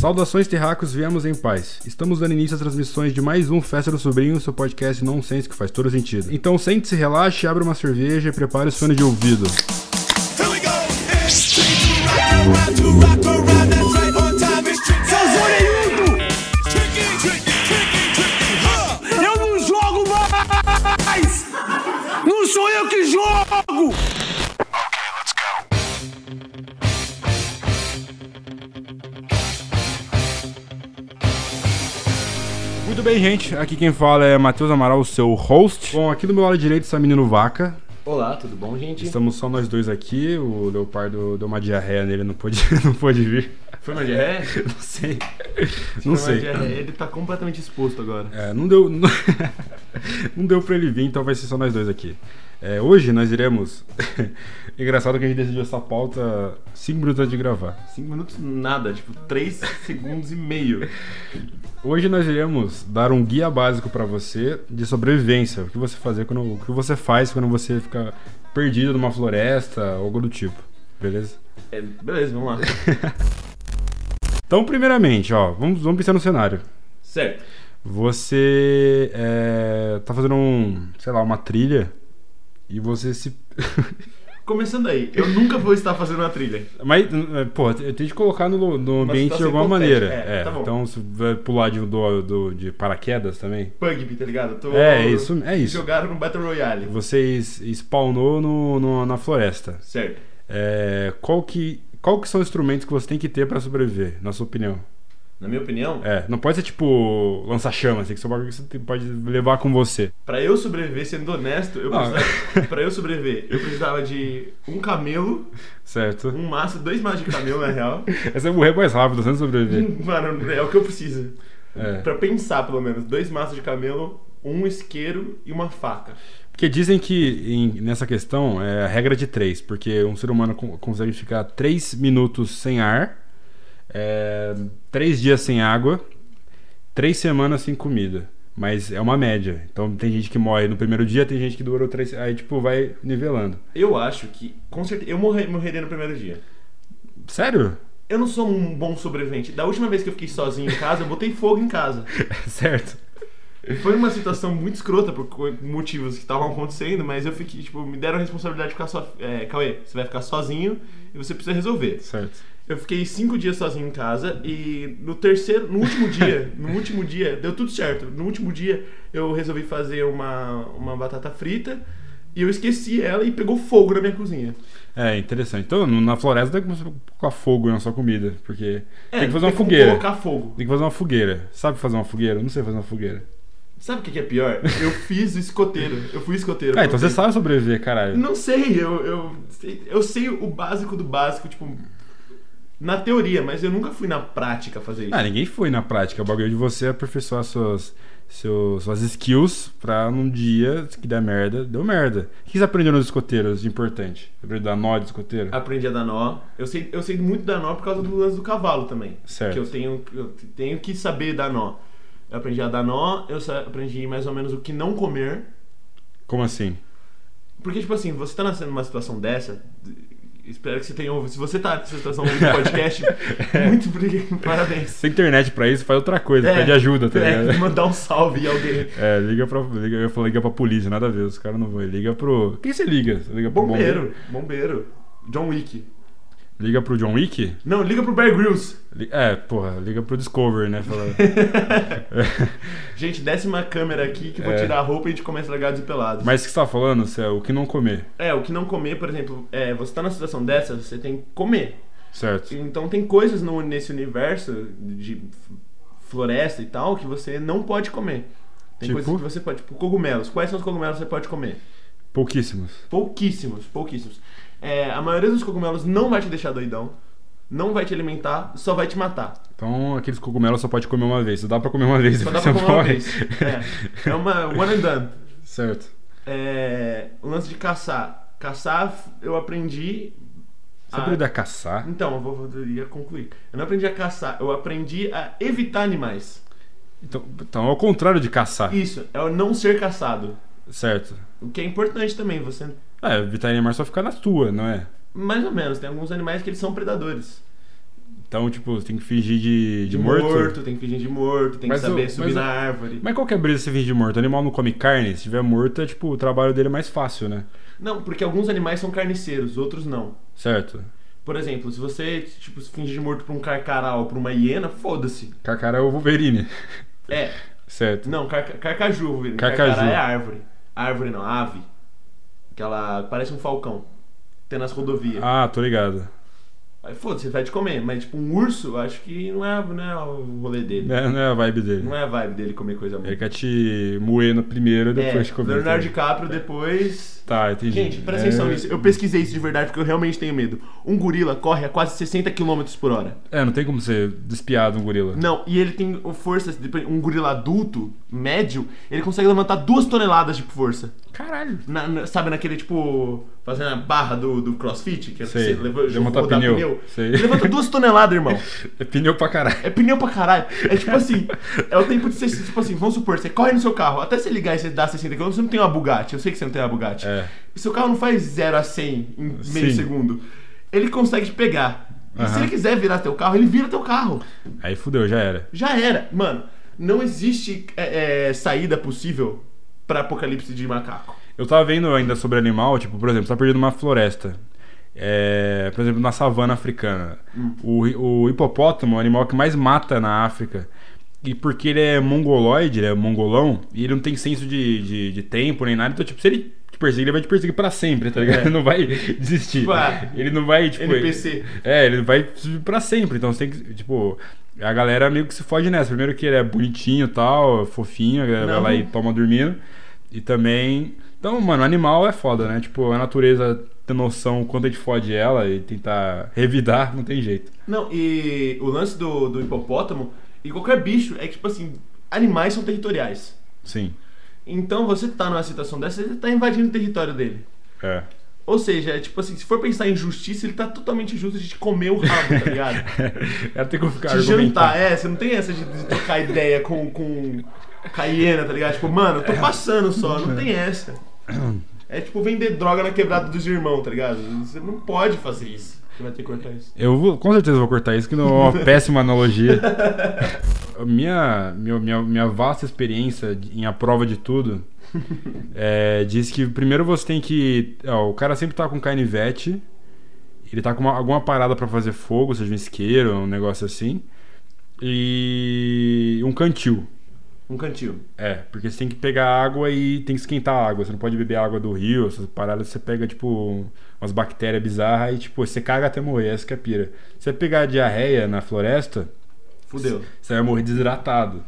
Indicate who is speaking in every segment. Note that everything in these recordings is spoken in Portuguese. Speaker 1: Saudações terracos, viemos em paz. Estamos dando início às transmissões de mais um Festa do Sobrinho, seu podcast nonsense que faz todo sentido. Então sente-se, relaxe, abra uma cerveja e prepare o fone de ouvido.
Speaker 2: Here we go. It's straight to rock around, to rock around. That's right on time. It's tricky. Tricky, tricky, tricky, tricky. Huh.
Speaker 3: Eu não jogo mais! Não sou eu que jogo!
Speaker 1: Muito bem, gente. Aqui quem fala é Matheus Amaral, seu host. Bom, aqui do meu lado direito está menino Vaca.
Speaker 4: Olá, tudo bom, gente?
Speaker 1: Estamos só nós dois aqui. O Leopardo deu uma diarreia nele, não pôde, não pôde vir.
Speaker 4: Foi uma diarreia?
Speaker 1: Não sei. Não sei.
Speaker 4: Ele tá completamente exposto agora.
Speaker 1: É, não deu. Não deu pra ele vir, então vai ser só nós dois aqui. É, hoje nós iremos. Engraçado que a gente decidiu essa pauta 5 minutos antes de gravar.
Speaker 4: É, Cinco minutos nada, tipo, três segundos e meio.
Speaker 1: Hoje nós iremos dar um guia básico pra você de sobrevivência. O que você fazer quando. O que você faz quando você fica perdido numa floresta ou algo do tipo. Beleza?
Speaker 4: É, beleza, vamos lá.
Speaker 1: Então, primeiramente, ó, vamos, vamos pensar no cenário.
Speaker 4: Certo.
Speaker 1: Você é, tá fazendo um, sei lá, uma trilha e você se.
Speaker 4: Começando aí, eu nunca vou estar fazendo uma trilha.
Speaker 1: Mas, é, pô, eu tenho que colocar no, no
Speaker 4: Uma
Speaker 1: ambiente de
Speaker 4: situação
Speaker 1: alguma
Speaker 4: hipotética,
Speaker 1: maneira.
Speaker 4: tá é, tá bom.
Speaker 1: então você vai pular de, do, do- de paraquedas também.
Speaker 4: Pug, tá ligado? Eu Tô
Speaker 1: É, isso- é isso.
Speaker 4: Jogaram no Battle Royale.
Speaker 1: Você es- spawnou no, no- na floresta.
Speaker 4: Certo.
Speaker 1: É, qual, que, qual que são os instrumentos que você tem que ter pra sobreviver, na sua opinião?
Speaker 4: Na minha opinião,
Speaker 1: É, não pode ser tipo lança-chama, assim, que é um bagulho que você tem- pode levar com você.
Speaker 4: pra eu sobreviver, sendo honesto, eu
Speaker 1: Não.
Speaker 4: precisava, pra eu sobreviver, eu precisava de um camelo,
Speaker 1: Certo?
Speaker 4: um maço, dois maços de camelo, na real.
Speaker 1: Essa é morrer mais rápido, você não sobreviver.
Speaker 4: Mano, é o que eu preciso.
Speaker 1: É.
Speaker 4: Pra pensar, pelo menos, dois maços de camelo, um isqueiro e uma faca.
Speaker 1: Porque dizem que em- nessa questão é a regra de três, porque um ser humano con- consegue ficar três minutos sem ar, é, três dias sem água, três semanas sem comida. Mas é uma média. Então tem gente que morre no primeiro dia, tem gente que dura três. Aí tipo, vai nivelando.
Speaker 4: Eu acho que, com certeza, eu morre- morreria no primeiro dia.
Speaker 1: Sério?
Speaker 4: Eu não sou um bom sobrevivente. Da última vez que eu fiquei sozinho em casa, eu botei fogo em casa.
Speaker 1: certo.
Speaker 4: Foi uma situação muito escrota por co- motivos que estavam acontecendo, mas eu fiquei, tipo, me deram a responsabilidade de ficar só. É, Cauê, você vai ficar sozinho e você precisa resolver.
Speaker 1: Certo.
Speaker 4: Eu fiquei cinco dias sozinho em casa e no terceiro, no último dia, no último dia, deu tudo certo. No último dia eu resolvi fazer uma, uma batata frita e eu esqueci ela e pegou fogo na minha cozinha.
Speaker 1: É interessante. Então no- na floresta tem que começar a colocar fogo na sua comida, porque tem que fazer uma
Speaker 4: não É, como
Speaker 1: fogueira.
Speaker 4: Colocar fogo.
Speaker 1: Tem que fazer uma fogueira. Sabe fazer uma fogueira? Eu não sei fazer uma fogueira.
Speaker 4: Sabe o que que é pior? Eu fiz escoteiro. Eu fui escoteiro.
Speaker 1: Ah, então
Speaker 4: Porque-
Speaker 1: você sabe sobreviver, caralho.
Speaker 4: Não sei, eu, eu, sei- eu sei o básico do básico, tipo, na teoria, mas eu nunca fui na prática fazer isso.
Speaker 1: Ah, ninguém foi na prática. O bagulho de você é aperfeiçoar suas, seu- suas skills pra num dia que der merda, deu merda. O que vocês aprenderam nos escoteiros de importante? Aprendeu a dar nó de escoteiro?
Speaker 4: Aprendi a dar nó. Eu sei, eu sei muito dar nó por causa do lance do cavalo também.
Speaker 1: Certo.
Speaker 4: Que eu tenho, eu tenho que saber dar nó. Eu aprendi a dar nó, eu sa- aprendi mais ou menos o que não comer.
Speaker 1: Como assim?
Speaker 4: Porque, tipo assim, você tá nascendo numa situação dessa. Espero que você tenha ouvido. Se você tá nessa situação do podcast, muito obrigado. Parabéns.
Speaker 1: Sem internet pra isso, faz outra coisa, pede ajuda, tá
Speaker 4: é,
Speaker 1: ligado?
Speaker 4: Mandar um salve a alguém.
Speaker 1: É, liga pra. Liga, eu falei liga pra polícia, nada a ver, os caras não vão. Liga pro. Quem você liga? Você liga pro
Speaker 4: Bombeiro, bombeiro. John Wick.
Speaker 1: Liga pro John Wick?
Speaker 4: Não, liga pro Bear Grylls.
Speaker 1: Li- É, porra, liga pro Discovery, né? Fala...
Speaker 4: Gente, desce uma câmera aqui que eu vou
Speaker 1: É.
Speaker 4: tirar a roupa e a gente começa a largados e pelados.
Speaker 1: Mas o que você tá falando, Céu? O que não comer,
Speaker 4: É, o que não comer, por exemplo, é, você tá numa situação dessa, você tem que comer.
Speaker 1: certo?
Speaker 4: Então tem coisas no- nesse universo de f- floresta e tal que você não pode comer. Tem
Speaker 1: Tipo?
Speaker 4: coisas que você pode, tipo cogumelos. Quais são os cogumelos que você pode comer?
Speaker 1: Pouquíssimos.
Speaker 4: Pouquíssimos, pouquíssimos. É, a maioria dos cogumelos não vai te deixar doidão, não vai te alimentar, só vai te matar.
Speaker 1: Então aqueles cogumelos só pode comer uma vez. Só dá pra comer uma vez.
Speaker 4: Só dá
Speaker 1: depois
Speaker 4: pra
Speaker 1: você
Speaker 4: comer uma
Speaker 1: morre.
Speaker 4: vez. É, é uma one and done.
Speaker 1: Certo.
Speaker 4: É, o lance de caçar. Caçar eu aprendi.
Speaker 1: Você
Speaker 4: Ah.
Speaker 1: aprendeu a caçar?
Speaker 4: Então, eu, vou, eu ia concluir. Eu não aprendi a caçar, eu aprendi a evitar animais.
Speaker 1: Então, então é o contrário de caçar.
Speaker 4: Isso, é o não ser caçado.
Speaker 1: Certo.
Speaker 4: O que é importante também, você.
Speaker 1: É, evitar animais só ficar na tua, não é?
Speaker 4: Mais ou menos, tem alguns animais que eles são predadores.
Speaker 1: Então, tipo, você tem que fingir de, de,
Speaker 4: De
Speaker 1: morto.
Speaker 4: morto. tem que fingir de morto, tem
Speaker 1: Mas
Speaker 4: que saber
Speaker 1: o-
Speaker 4: subir
Speaker 1: mas
Speaker 4: na
Speaker 1: o-
Speaker 4: árvore.
Speaker 1: Mas qual que é a brisa de você fingir de morto? O animal não come carne? Se tiver morto, é tipo, o trabalho dele é mais fácil, né?
Speaker 4: Não, porque alguns animais são carniceiros, outros não.
Speaker 1: Certo?
Speaker 4: Por exemplo, se você, tipo, se fingir de morto pra um carcará ou pra uma hiena, foda-se.
Speaker 1: Carcará é o Wolverine.
Speaker 4: É,
Speaker 1: Certo.
Speaker 4: não, carca, carcaju, velho.
Speaker 1: Carcaju.
Speaker 4: Carcará é árvore. Árvore não, ave. Aquela, parece um falcão. Tem nas rodovias.
Speaker 1: Ah, tô ligado.
Speaker 4: Aí foda-se, vai te comer. Mas, tipo, um urso, acho que não é, não é o rolê dele.
Speaker 1: Não é, não é a vibe dele.
Speaker 4: Não é a vibe dele comer coisa muito.
Speaker 1: Ele quer te moer no primeiro depois de
Speaker 4: é,
Speaker 1: comer. né?
Speaker 4: Leonardo
Speaker 1: entendeu?
Speaker 4: DiCaprio depois.
Speaker 1: Tá, entendi.
Speaker 4: Gente, presta
Speaker 1: É-
Speaker 4: atenção nisso. Eu pesquisei isso de verdade porque eu realmente tenho medo. Um gorila corre a quase 60 km por hora.
Speaker 1: É, não tem como você despiar de um gorila.
Speaker 4: Não, e ele tem força. Um gorila adulto, médio, ele consegue levantar duas toneladas de força.
Speaker 1: Caralho.
Speaker 4: Na- na- sabe, naquele tipo. Fazendo a barra do, do crossfit, que é
Speaker 1: Sei.
Speaker 4: você leva-
Speaker 1: Levantar
Speaker 4: rodar
Speaker 1: pneu.
Speaker 4: pneu.
Speaker 1: Sei.
Speaker 4: Ele Levanta duas toneladas, irmão.
Speaker 1: É pneu pra caralho.
Speaker 4: É pneu pra caralho. É tipo assim, é o tempo de você, tipo assim, vamos supor, você corre no seu carro, até você ligar e você dar 60 km, você não tem uma Bugatti. Eu sei que você não tem uma Bugatti.
Speaker 1: É.
Speaker 4: E seu carro não faz 0 a 100 em meio
Speaker 1: Sim.
Speaker 4: segundo. Ele consegue te pegar. E se
Speaker 1: Aham.
Speaker 4: ele quiser virar teu carro, ele vira teu carro.
Speaker 1: Aí fudeu, já era.
Speaker 4: Já era. Mano, não existe é, é, saída possível pra apocalipse de macaco.
Speaker 1: Eu tava vendo ainda sobre animal, tipo, por exemplo, você tá perdendo uma floresta. É, por exemplo, na savana africana. O, hi- o hipopótamo é o animal que mais mata na África. E porque ele é mongoloide, ele é mongolão, e ele não tem senso de, de, de tempo nem nada, então, tipo, se ele te perseguir, ele vai te perseguir pra sempre, tá ligado? Ele não vai desistir.
Speaker 4: Tipo, ah,
Speaker 1: ele não vai, tipo.
Speaker 4: NPC.
Speaker 1: É, ele vai pra sempre. Então você tem que, tipo. A galera meio que se fode nessa. Primeiro que ele é bonitinho e tal, fofinho, a galera vai
Speaker 4: Não.
Speaker 1: lá e toma dormindo. E também. Então, mano, animal é foda, né? Tipo, a natureza ter noção quando a gente fode ela e tentar revidar, não tem jeito.
Speaker 4: Não, e o lance do, do hipopótamo e qualquer bicho é que, tipo assim, animais são territoriais.
Speaker 1: Sim.
Speaker 4: Então você tá numa situação dessa, você tá invadindo o território dele.
Speaker 1: É.
Speaker 4: Ou seja, é tipo assim, se for pensar em justiça, ele tá totalmente justo de te comer o rabo, tá ligado?
Speaker 1: Ela tem que ficar
Speaker 4: Te
Speaker 1: argumentar.
Speaker 4: jantar, é, você não tem essa de, de trocar ideia com, com caiena, tá ligado? Tipo, mano, eu tô passando só, não tem essa. É tipo vender droga na quebrada dos irmãos, tá ligado? Você não pode fazer isso. Você vai ter que cortar isso.
Speaker 1: Eu vou, com certeza vou cortar isso, que não é uma péssima analogia. A minha, minha, minha, minha vasta experiência de- em a prova de tudo é, diz que primeiro você tem que. ó, o cara sempre tá com canivete, ele tá com uma- alguma parada pra fazer fogo, seja um isqueiro, um negócio assim, e um cantil.
Speaker 4: Um cantil.
Speaker 1: É, porque você tem que pegar água e tem que esquentar a água. Você não pode beber água do rio, essas paradas você pega, tipo, umas bactérias bizarras e, tipo, você caga até morrer, essa que é a pira. Se você pegar diarreia na floresta,
Speaker 4: Fudeu.
Speaker 1: você vai morrer desidratado.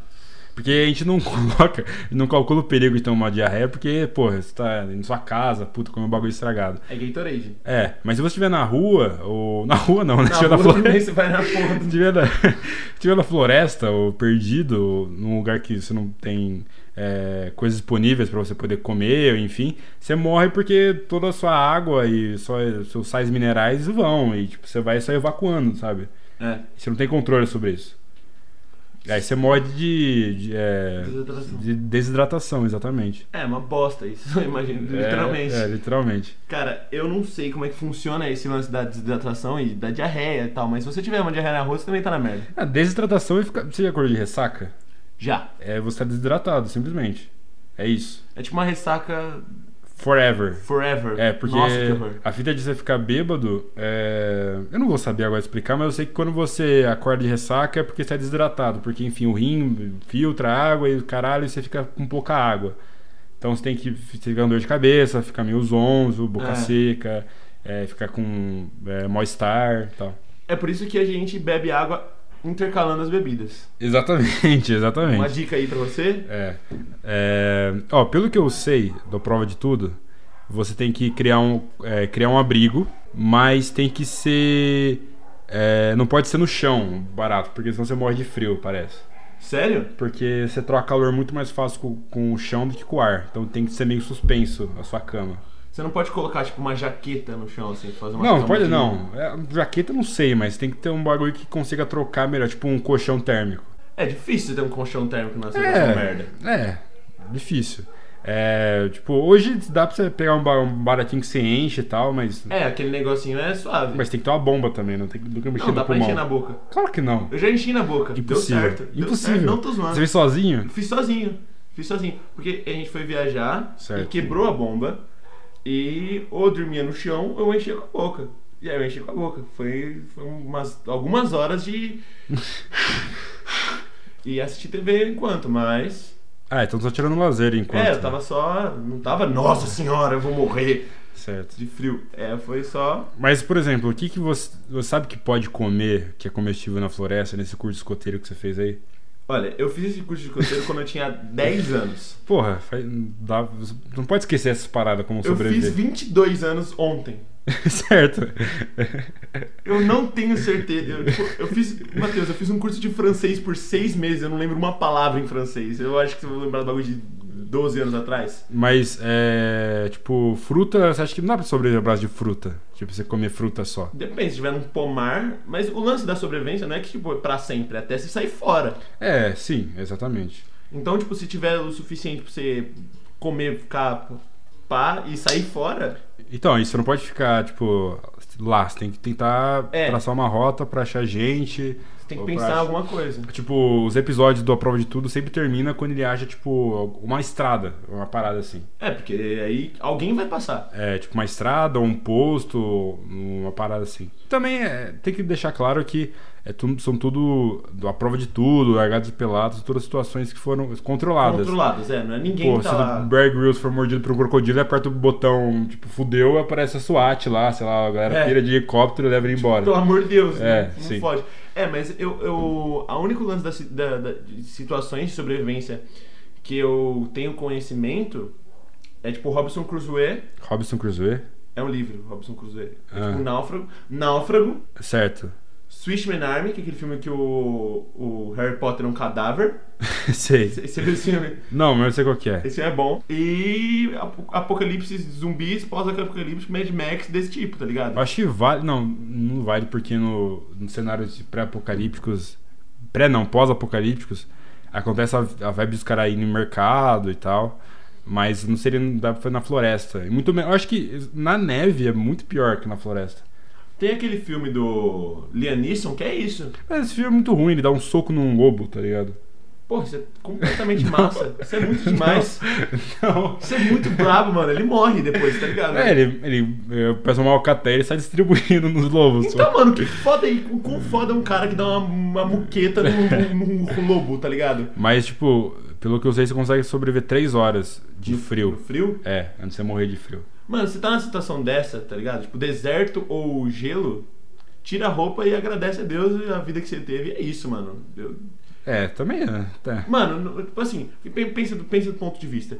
Speaker 1: Porque a gente não coloca, não calcula o perigo de ter uma diarreia, porque, porra, você tá na sua casa, puta, comeu um bagulho estragado.
Speaker 4: É Gatorade.
Speaker 1: É, mas se você estiver na rua, ou. Na rua não, né?
Speaker 4: Na
Speaker 1: Se tiver na
Speaker 4: rua
Speaker 1: floresta-
Speaker 4: também você vai na porra
Speaker 1: se
Speaker 4: do...
Speaker 1: tiver na, se tiver na floresta ou perdido, ou num lugar que você não tem é, coisas disponíveis pra você poder comer, enfim, você morre porque toda a sua água e só, seus sais minerais vão e tipo, você vai só evacuando, sabe?
Speaker 4: É.
Speaker 1: Você não tem controle sobre isso. Aí você morre de, de, é,
Speaker 4: Desidratação.
Speaker 1: de desidratação, exatamente.
Speaker 4: É uma bosta isso, eu imagino, literalmente.
Speaker 1: É, é, literalmente.
Speaker 4: Cara, eu não sei como é que funciona esse lance da desidratação e da diarreia e tal, mas se você tiver uma diarreia na rua, você também tá na merda.
Speaker 1: A Ah, desidratação e fica. Você já acordou de ressaca?
Speaker 4: Já.
Speaker 1: É você tá desidratado, simplesmente. É isso.
Speaker 4: É tipo uma ressaca
Speaker 1: Forever.
Speaker 4: forever.
Speaker 1: É, porque
Speaker 4: Nossa, que horror.
Speaker 1: a fita de você ficar bêbado, é... eu não vou saber agora explicar, mas eu sei que quando você acorda de ressaca é porque você é desidratado, porque enfim, o rim filtra a água e o caralho, você fica com pouca água. Então você tem que você fica com dor de cabeça, ficar meio zonzo, boca
Speaker 4: É.
Speaker 1: seca, é, ficar com é, mal-estar e tal.
Speaker 4: É por isso que a gente bebe água intercalando as bebidas.
Speaker 1: Exatamente, exatamente.
Speaker 4: Uma dica aí pra você.
Speaker 1: É. É, Ó, pelo que eu sei da prova de tudo, você tem que criar um, é, criar um abrigo, mas tem que ser. é, não pode ser no chão barato, porque senão você morre de frio, parece.
Speaker 4: Sério?
Speaker 1: Porque você troca calor muito mais fácil com, com o chão do que com o ar. Então tem que ser meio suspenso a sua cama.
Speaker 4: Você não pode colocar, tipo, uma jaqueta no chão, assim, fazer uma
Speaker 1: Não,
Speaker 4: cama
Speaker 1: pode
Speaker 4: de-
Speaker 1: não. É, jaqueta eu não sei, mas tem que ter um bagulho que consiga trocar melhor, tipo um colchão térmico.
Speaker 4: É difícil ter um colchão térmico na sua
Speaker 1: É,
Speaker 4: merda.
Speaker 1: é, difícil. É, tipo, hoje dá pra você pegar um ba- um baratinho que você enche e tal, mas.
Speaker 4: É, aquele negocinho é suave.
Speaker 1: Mas tem que ter uma bomba também, não tem que nunca mexer
Speaker 4: não,
Speaker 1: no
Speaker 4: dá pra
Speaker 1: pulmão.
Speaker 4: encher na boca.
Speaker 1: Claro que não.
Speaker 4: Eu já enchi na boca.
Speaker 1: Impossível.
Speaker 4: Deu certo. Deu
Speaker 1: Impossível.
Speaker 4: certo. Não tô zoando.
Speaker 1: Você veio sozinho?
Speaker 4: Fiz sozinho. Fiz sozinho. Porque a gente foi viajar
Speaker 1: Certo.
Speaker 4: e quebrou a bomba. E ou eu dormia no chão ou eu enchia com a boca. E aí eu enchi com a boca. Foi, foi umas, algumas horas de. e assisti TV enquanto, mas.
Speaker 1: Ah, então tô tirando lazer enquanto.
Speaker 4: É, eu tava só. Não tava, nossa senhora, eu vou morrer
Speaker 1: Certo.
Speaker 4: de frio. É, foi só.
Speaker 1: Mas, por exemplo, o que, que você, você sabe que pode comer que é comestível na floresta, nesse curso escoteiro que você fez aí?
Speaker 4: Olha, eu fiz esse curso de coteiro quando eu tinha 10 anos.
Speaker 1: Porra, faz- dá- você não pode esquecer essas paradas como
Speaker 4: Eu fiz
Speaker 1: sobreviver.
Speaker 4: 22 anos ontem.
Speaker 1: certo.
Speaker 4: Eu não tenho certeza. Eu, tipo, eu fiz. Matheus, eu fiz um curso de francês por seis meses, eu não lembro uma palavra em francês. Eu acho que eu vou lembrar do bagulho de 12 anos atrás.
Speaker 1: Mas, é, tipo, fruta, você acha que não dá pra sobreviver à base de fruta? Tipo, você comer fruta só.
Speaker 4: Depende, se tiver num pomar, mas o lance da sobrevivência não é que, tipo, é pra sempre, é até se sair fora.
Speaker 1: É, sim, exatamente.
Speaker 4: Então, tipo, se tiver o suficiente pra você comer, ficar pá e sair fora,
Speaker 1: Então, isso não pode ficar, tipo, lá. Você tem que tentar
Speaker 4: É.
Speaker 1: traçar uma rota pra achar gente.
Speaker 4: você tem que
Speaker 1: ou pra
Speaker 4: pensar em
Speaker 1: achar-
Speaker 4: alguma coisa.
Speaker 1: Tipo, os episódios do A Prova de Tudo sempre termina quando ele acha, tipo, uma estrada, uma parada assim.
Speaker 4: É, porque aí alguém vai passar.
Speaker 1: É, tipo, uma estrada, um posto, uma parada assim. Também é, tem que deixar claro que é tudo- são tudo A Prova de Tudo, Largados e Pelados, todas situações que foram controladas.
Speaker 4: Controlados, é, não é ninguém
Speaker 1: Pô,
Speaker 4: que
Speaker 1: se
Speaker 4: tá lá.
Speaker 1: o Bear Grylls for mordido por um crocodilo, ele aperta o botão, tipo, fudeu, aparece a SWAT lá, sei lá, a galera
Speaker 4: É. Tipo,
Speaker 1: tira de helicóptero e leva ele embora.
Speaker 4: Pelo amor de Deus,
Speaker 1: É,
Speaker 4: não,
Speaker 1: sim.
Speaker 4: não pode. É, mas eu, eu. A única lance das da- da- de situações de sobrevivência que eu tenho conhecimento é tipo Robinson Crusoe.
Speaker 1: Robinson Crusoe?
Speaker 4: É um livro, Robinson Crusoe. É
Speaker 1: Ah.
Speaker 4: tipo um náufrago. Náufrago,
Speaker 1: Certo.
Speaker 4: Swishman Army, que é aquele filme que o, o Harry Potter é um cadáver.
Speaker 1: sei.
Speaker 4: Você você viu esse filme?
Speaker 1: Não, mas eu sei qual que é.
Speaker 4: Esse filme é bom. E apo- apocalipse zumbis, pós-apocalipse, Mad Max, desse tipo, tá ligado?
Speaker 1: Eu Acho que vale. Não, não vale, porque no, no cenário de pré-apocalípticos. Pré não, pós-apocalípticos, acontece a, a vibe dos caras indo no mercado e tal. Mas não seria não dá pra fazer na floresta. E muito menos. Eu acho que na neve é muito pior que na floresta.
Speaker 4: Tem aquele filme do Liam Neeson, que é isso.
Speaker 1: Mas esse filme é muito ruim, ele dá um soco num lobo, tá ligado?
Speaker 4: Porra, isso é completamente massa. Isso é muito demais.
Speaker 1: Não.
Speaker 4: Isso é muito brabo, mano. Ele morre depois, tá ligado?
Speaker 1: É, ele, ele é, parece uma alcatéia e sai distribuindo nos lobos.
Speaker 4: Então, mano, que foda aí. O quão foda é um cara que dá uma, uma muqueta num, num- num lobo, tá ligado?
Speaker 1: Mas, tipo, pelo que eu sei, você consegue sobreviver 3 horas de
Speaker 4: No
Speaker 1: frio.
Speaker 4: frio.
Speaker 1: É, antes de você morrer de frio.
Speaker 4: Mano, você tá numa situação dessa, tá ligado? Tipo, deserto ou gelo, tira a roupa e agradece a Deus e a vida que você teve. É isso, mano. Eu-
Speaker 1: É, também, né? Tá.
Speaker 4: Mano, no- tipo assim, pe- pensa do, pensa do ponto de vista.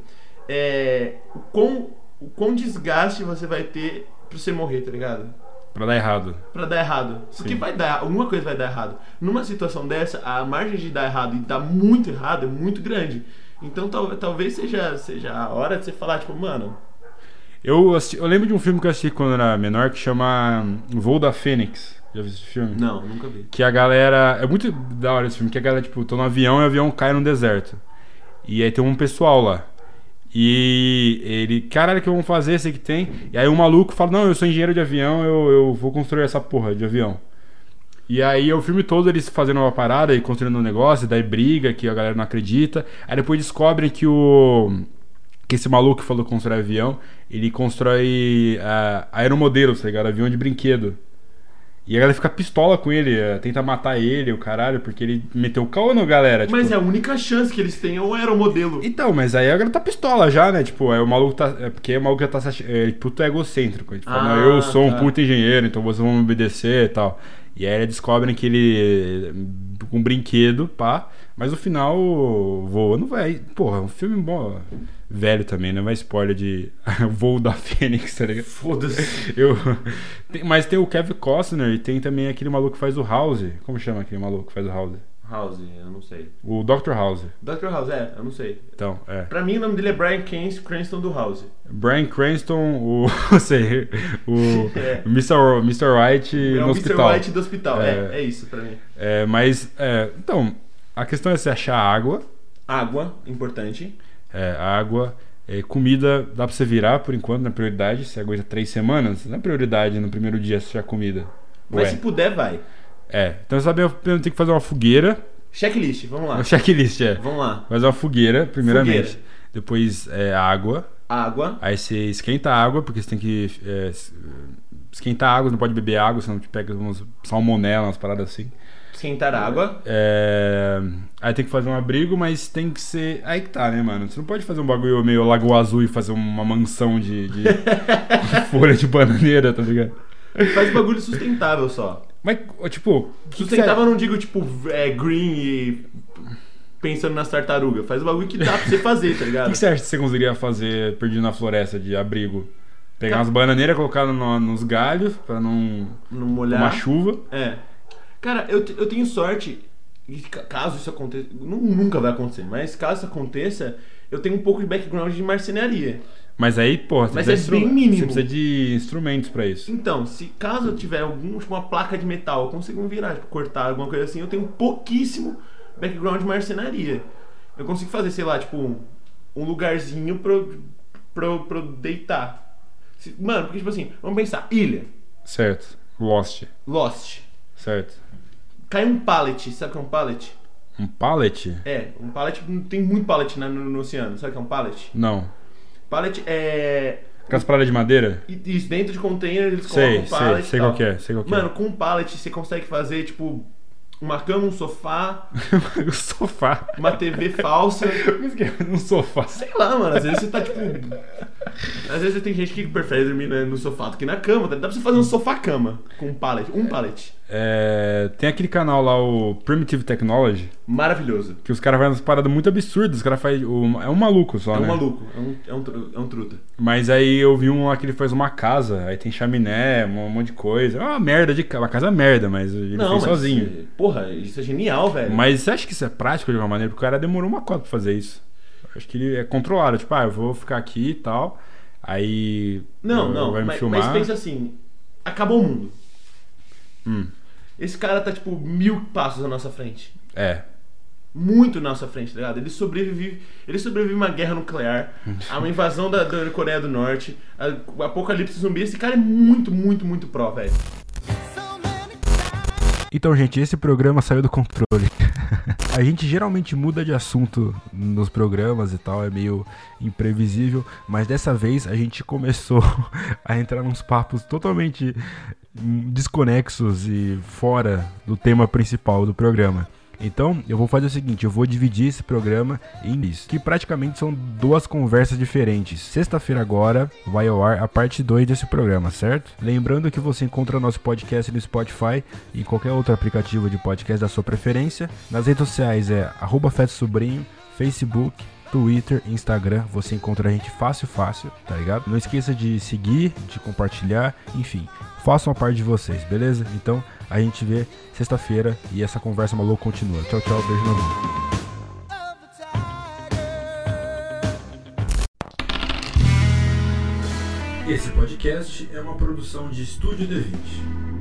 Speaker 4: É, o, quão, o quão desgaste você vai ter pra você morrer, tá ligado?
Speaker 1: Pra dar errado.
Speaker 4: Pra dar errado. Porque
Speaker 1: Sim.
Speaker 4: vai dar, alguma coisa vai dar errado. Numa situação dessa, a margem de dar errado e dar muito errado é muito grande. Então tal- talvez seja, seja a hora de você falar, tipo, mano,
Speaker 1: Eu, assisti- eu lembro de um filme que eu assisti quando era menor que chama hum, Voo da Fênix. Já viu esse filme?
Speaker 4: não, nunca vi.
Speaker 1: Que a galera. É muito da hora esse filme, que a galera, tipo, tô no avião e o avião cai no deserto. E aí tem um pessoal lá. E ele, caralho, o que vamos fazer? Esse que tem. E aí o maluco fala: Não, eu sou engenheiro de avião, eu, eu vou construir essa porra de avião. E aí o filme todo eles fazendo uma parada e construindo um negócio, e daí briga, que a galera não acredita. Aí depois descobrem que o. Que esse maluco que falou construir avião, ele constrói ah, aeromodelos, tá ligado? Avião de brinquedo. E a galera fica pistola com ele, eh, tenta matar ele, o caralho, porque ele meteu o caô no galera.
Speaker 4: Mas
Speaker 1: tipo.
Speaker 4: é a única chance que eles têm é o aeromodelo.
Speaker 1: Então, mas aí a galera tá pistola já, né? Tipo, aí o maluco tá. É porque o maluco já tá. se ach- É, puto egocêntrico. Ele fala,
Speaker 4: Ah,
Speaker 1: "Não, eu sou
Speaker 4: tá.
Speaker 1: um puto engenheiro, então vocês vão me obedecer e tal. E aí eles descobrem que ele. um brinquedo, pá. Mas no final voa, não vai. Porra, é um filme bom. Velho também, né? Vai spoiler de Voo da Fênix, tá ligado?
Speaker 4: Foda-se.
Speaker 1: Eu... tem- Mas tem o Kevin Costner e tem também aquele maluco que faz o House. Como chama aquele maluco que faz o House?
Speaker 4: House, eu não sei.
Speaker 1: O Dr. House.
Speaker 4: Dr. House, é, eu não sei.
Speaker 1: Então, é.
Speaker 4: Pra mim o nome dele é Brian Kens Cranston do House.
Speaker 1: Brian Cranston, o. não sei, o.
Speaker 4: É.
Speaker 1: Mr. Ro- Mr. White
Speaker 4: É
Speaker 1: no
Speaker 4: o
Speaker 1: hospital.
Speaker 4: Mr. White do hospital, é,
Speaker 1: É.
Speaker 4: é isso pra mim.
Speaker 1: É, mas, é, então, a questão é você achar água.
Speaker 4: Água, importante.
Speaker 1: É, água. É, comida dá pra você virar por enquanto, na prioridade. Você aguenta três semanas, não é prioridade no primeiro dia assistir comida.
Speaker 4: Mas
Speaker 1: Ué.
Speaker 4: se puder, vai.
Speaker 1: É, então sabe, eu tenho que fazer uma fogueira.
Speaker 4: Checklist, vamos lá.
Speaker 1: É um checklist, é.
Speaker 4: Vamos lá.
Speaker 1: Fazer uma fogueira, primeiramente.
Speaker 4: Fogueira.
Speaker 1: Depois é, água.
Speaker 4: Água.
Speaker 1: Aí você esquenta a água, porque você tem que é, es- esquentar a água, você não pode beber água, senão te pega uns salmonela, umas paradas assim.
Speaker 4: Esquentar água.
Speaker 1: É, Aí tem que fazer um abrigo, mas tem que ser. Aí que tá, né, mano? Você não pode fazer um bagulho meio Lagoa Azul e fazer uma mansão de, de folha de bananeira, tá ligado?
Speaker 4: Faz bagulho sustentável só.
Speaker 1: Mas, ó, tipo. que que você-
Speaker 4: Sustentável eu não digo, tipo, é, green e pensando nas tartarugas. Faz o bagulho que dá pra você fazer, tá
Speaker 1: O
Speaker 4: ligado?
Speaker 1: que você acha que você conseguiria fazer perdido na floresta de abrigo? Pegar umas bananeiras, colocar no- nos galhos pra não
Speaker 4: Não
Speaker 1: tomar
Speaker 4: molhar.
Speaker 1: chuva.
Speaker 4: É. Cara, eu, te- eu tenho sorte. e ca- Caso isso aconteça. nu- Nunca vai acontecer, mas caso isso aconteça, eu tenho um pouco de background de marcenaria.
Speaker 1: Mas aí, porra, você,
Speaker 4: Mas
Speaker 1: precisa,
Speaker 4: é bem
Speaker 1: de instru-
Speaker 4: mínimo.
Speaker 1: você precisa de instrumentos pra isso.
Speaker 4: Então, se caso eu tiver algum, tipo, uma placa de metal, eu consigo virar, tipo, cortar alguma coisa assim, eu tenho pouquíssimo background de marcenaria. Eu consigo fazer, sei lá, tipo, um, um lugarzinho pra, eu- pra, eu- pra eu deitar. Se- mano, porque, tipo assim, vamos pensar: ilha,
Speaker 1: Certo. Lost.
Speaker 4: Lost.
Speaker 1: Certo.
Speaker 4: Cai um pallet, sabe o que é um pallet?
Speaker 1: Um pallet?
Speaker 4: É, um pallet, não tem muito pallet na- no, no oceano, sabe o que é um pallet?
Speaker 1: Não.
Speaker 4: Pallet é.
Speaker 1: Aquelas paradas de madeira?
Speaker 4: e- Isso, dentro de container eles
Speaker 1: Sei,
Speaker 4: colocam pallet.
Speaker 1: sei, sei
Speaker 4: e tal.
Speaker 1: qual que é, sei qual que é.
Speaker 4: Mano, com pallet você consegue fazer, tipo, uma cama, um sofá,
Speaker 1: o sofá.
Speaker 4: uma TV falsa.
Speaker 1: Mas que é um sofá.
Speaker 4: Sei lá, mano, às vezes você tá, tipo. Às vezes tem gente que prefere dormir né, no sofá do que na cama, tá? dá pra você fazer um sofá-cama com um pallet, um pallet.
Speaker 1: É, tem aquele canal lá, o Primitive Technology,
Speaker 4: Maravilhoso.
Speaker 1: que os caras fazem umas paradas muito absurdas. Os caras fazem. o- É um maluco só,
Speaker 4: É
Speaker 1: né?
Speaker 4: um maluco, é um, é um, tru- é um truta.
Speaker 1: Mas aí eu vi um lá que ele faz uma casa, aí tem chaminé, um monte de coisa. É uma merda de casa. Uma casa é merda, mas ele
Speaker 4: Não,
Speaker 1: fez
Speaker 4: mas,
Speaker 1: sozinho.
Speaker 4: eh, Porra, isso é genial, velho.
Speaker 1: Mas você acha que isso é prático de alguma maneira? Porque o cara demorou uma cota pra fazer isso. Acho que ele é controlado, tipo, ah, eu vou ficar aqui e tal. Aí.
Speaker 4: Não,
Speaker 1: eu-
Speaker 4: não,
Speaker 1: Vai me
Speaker 4: mas,
Speaker 1: filmar.
Speaker 4: mas pensa assim: acabou o mundo.
Speaker 1: Hum.
Speaker 4: Esse cara tá, tipo, mil passos à nossa frente.
Speaker 1: É.
Speaker 4: Muito na nossa frente, tá ligado? Ele sobrevive, ele sobrevive a uma guerra nuclear, a uma invasão da, da Coreia do Norte, a, o apocalipse zumbi. Esse cara é muito, muito, muito pró, velho.
Speaker 1: Então, gente, esse programa saiu do controle. a gente geralmente muda de assunto nos programas e tal, é meio imprevisível, mas dessa vez a gente começou a entrar nos papos totalmente hum, desconexos e fora do tema principal do programa. Então, eu vou fazer o seguinte, eu vou dividir esse programa em dois, que praticamente são duas conversas diferentes. Sexta-feira agora vai ao ar a parte 2 desse programa, certo? Lembrando que você encontra nosso podcast no Spotify e em qualquer outro aplicativo de podcast da sua preferência. Nas redes sociais é arroba Feto Sobrinho, Facebook, Twitter, Instagram, você encontra a gente fácil, fácil, tá ligado? Não esqueça de seguir, de compartilhar, enfim, façam a parte de vocês, beleza? Então a gente vê sexta-feira e essa conversa maluca continua. Tchau, tchau, beijo na mão. Esse podcast é uma produção de Estúdio D20.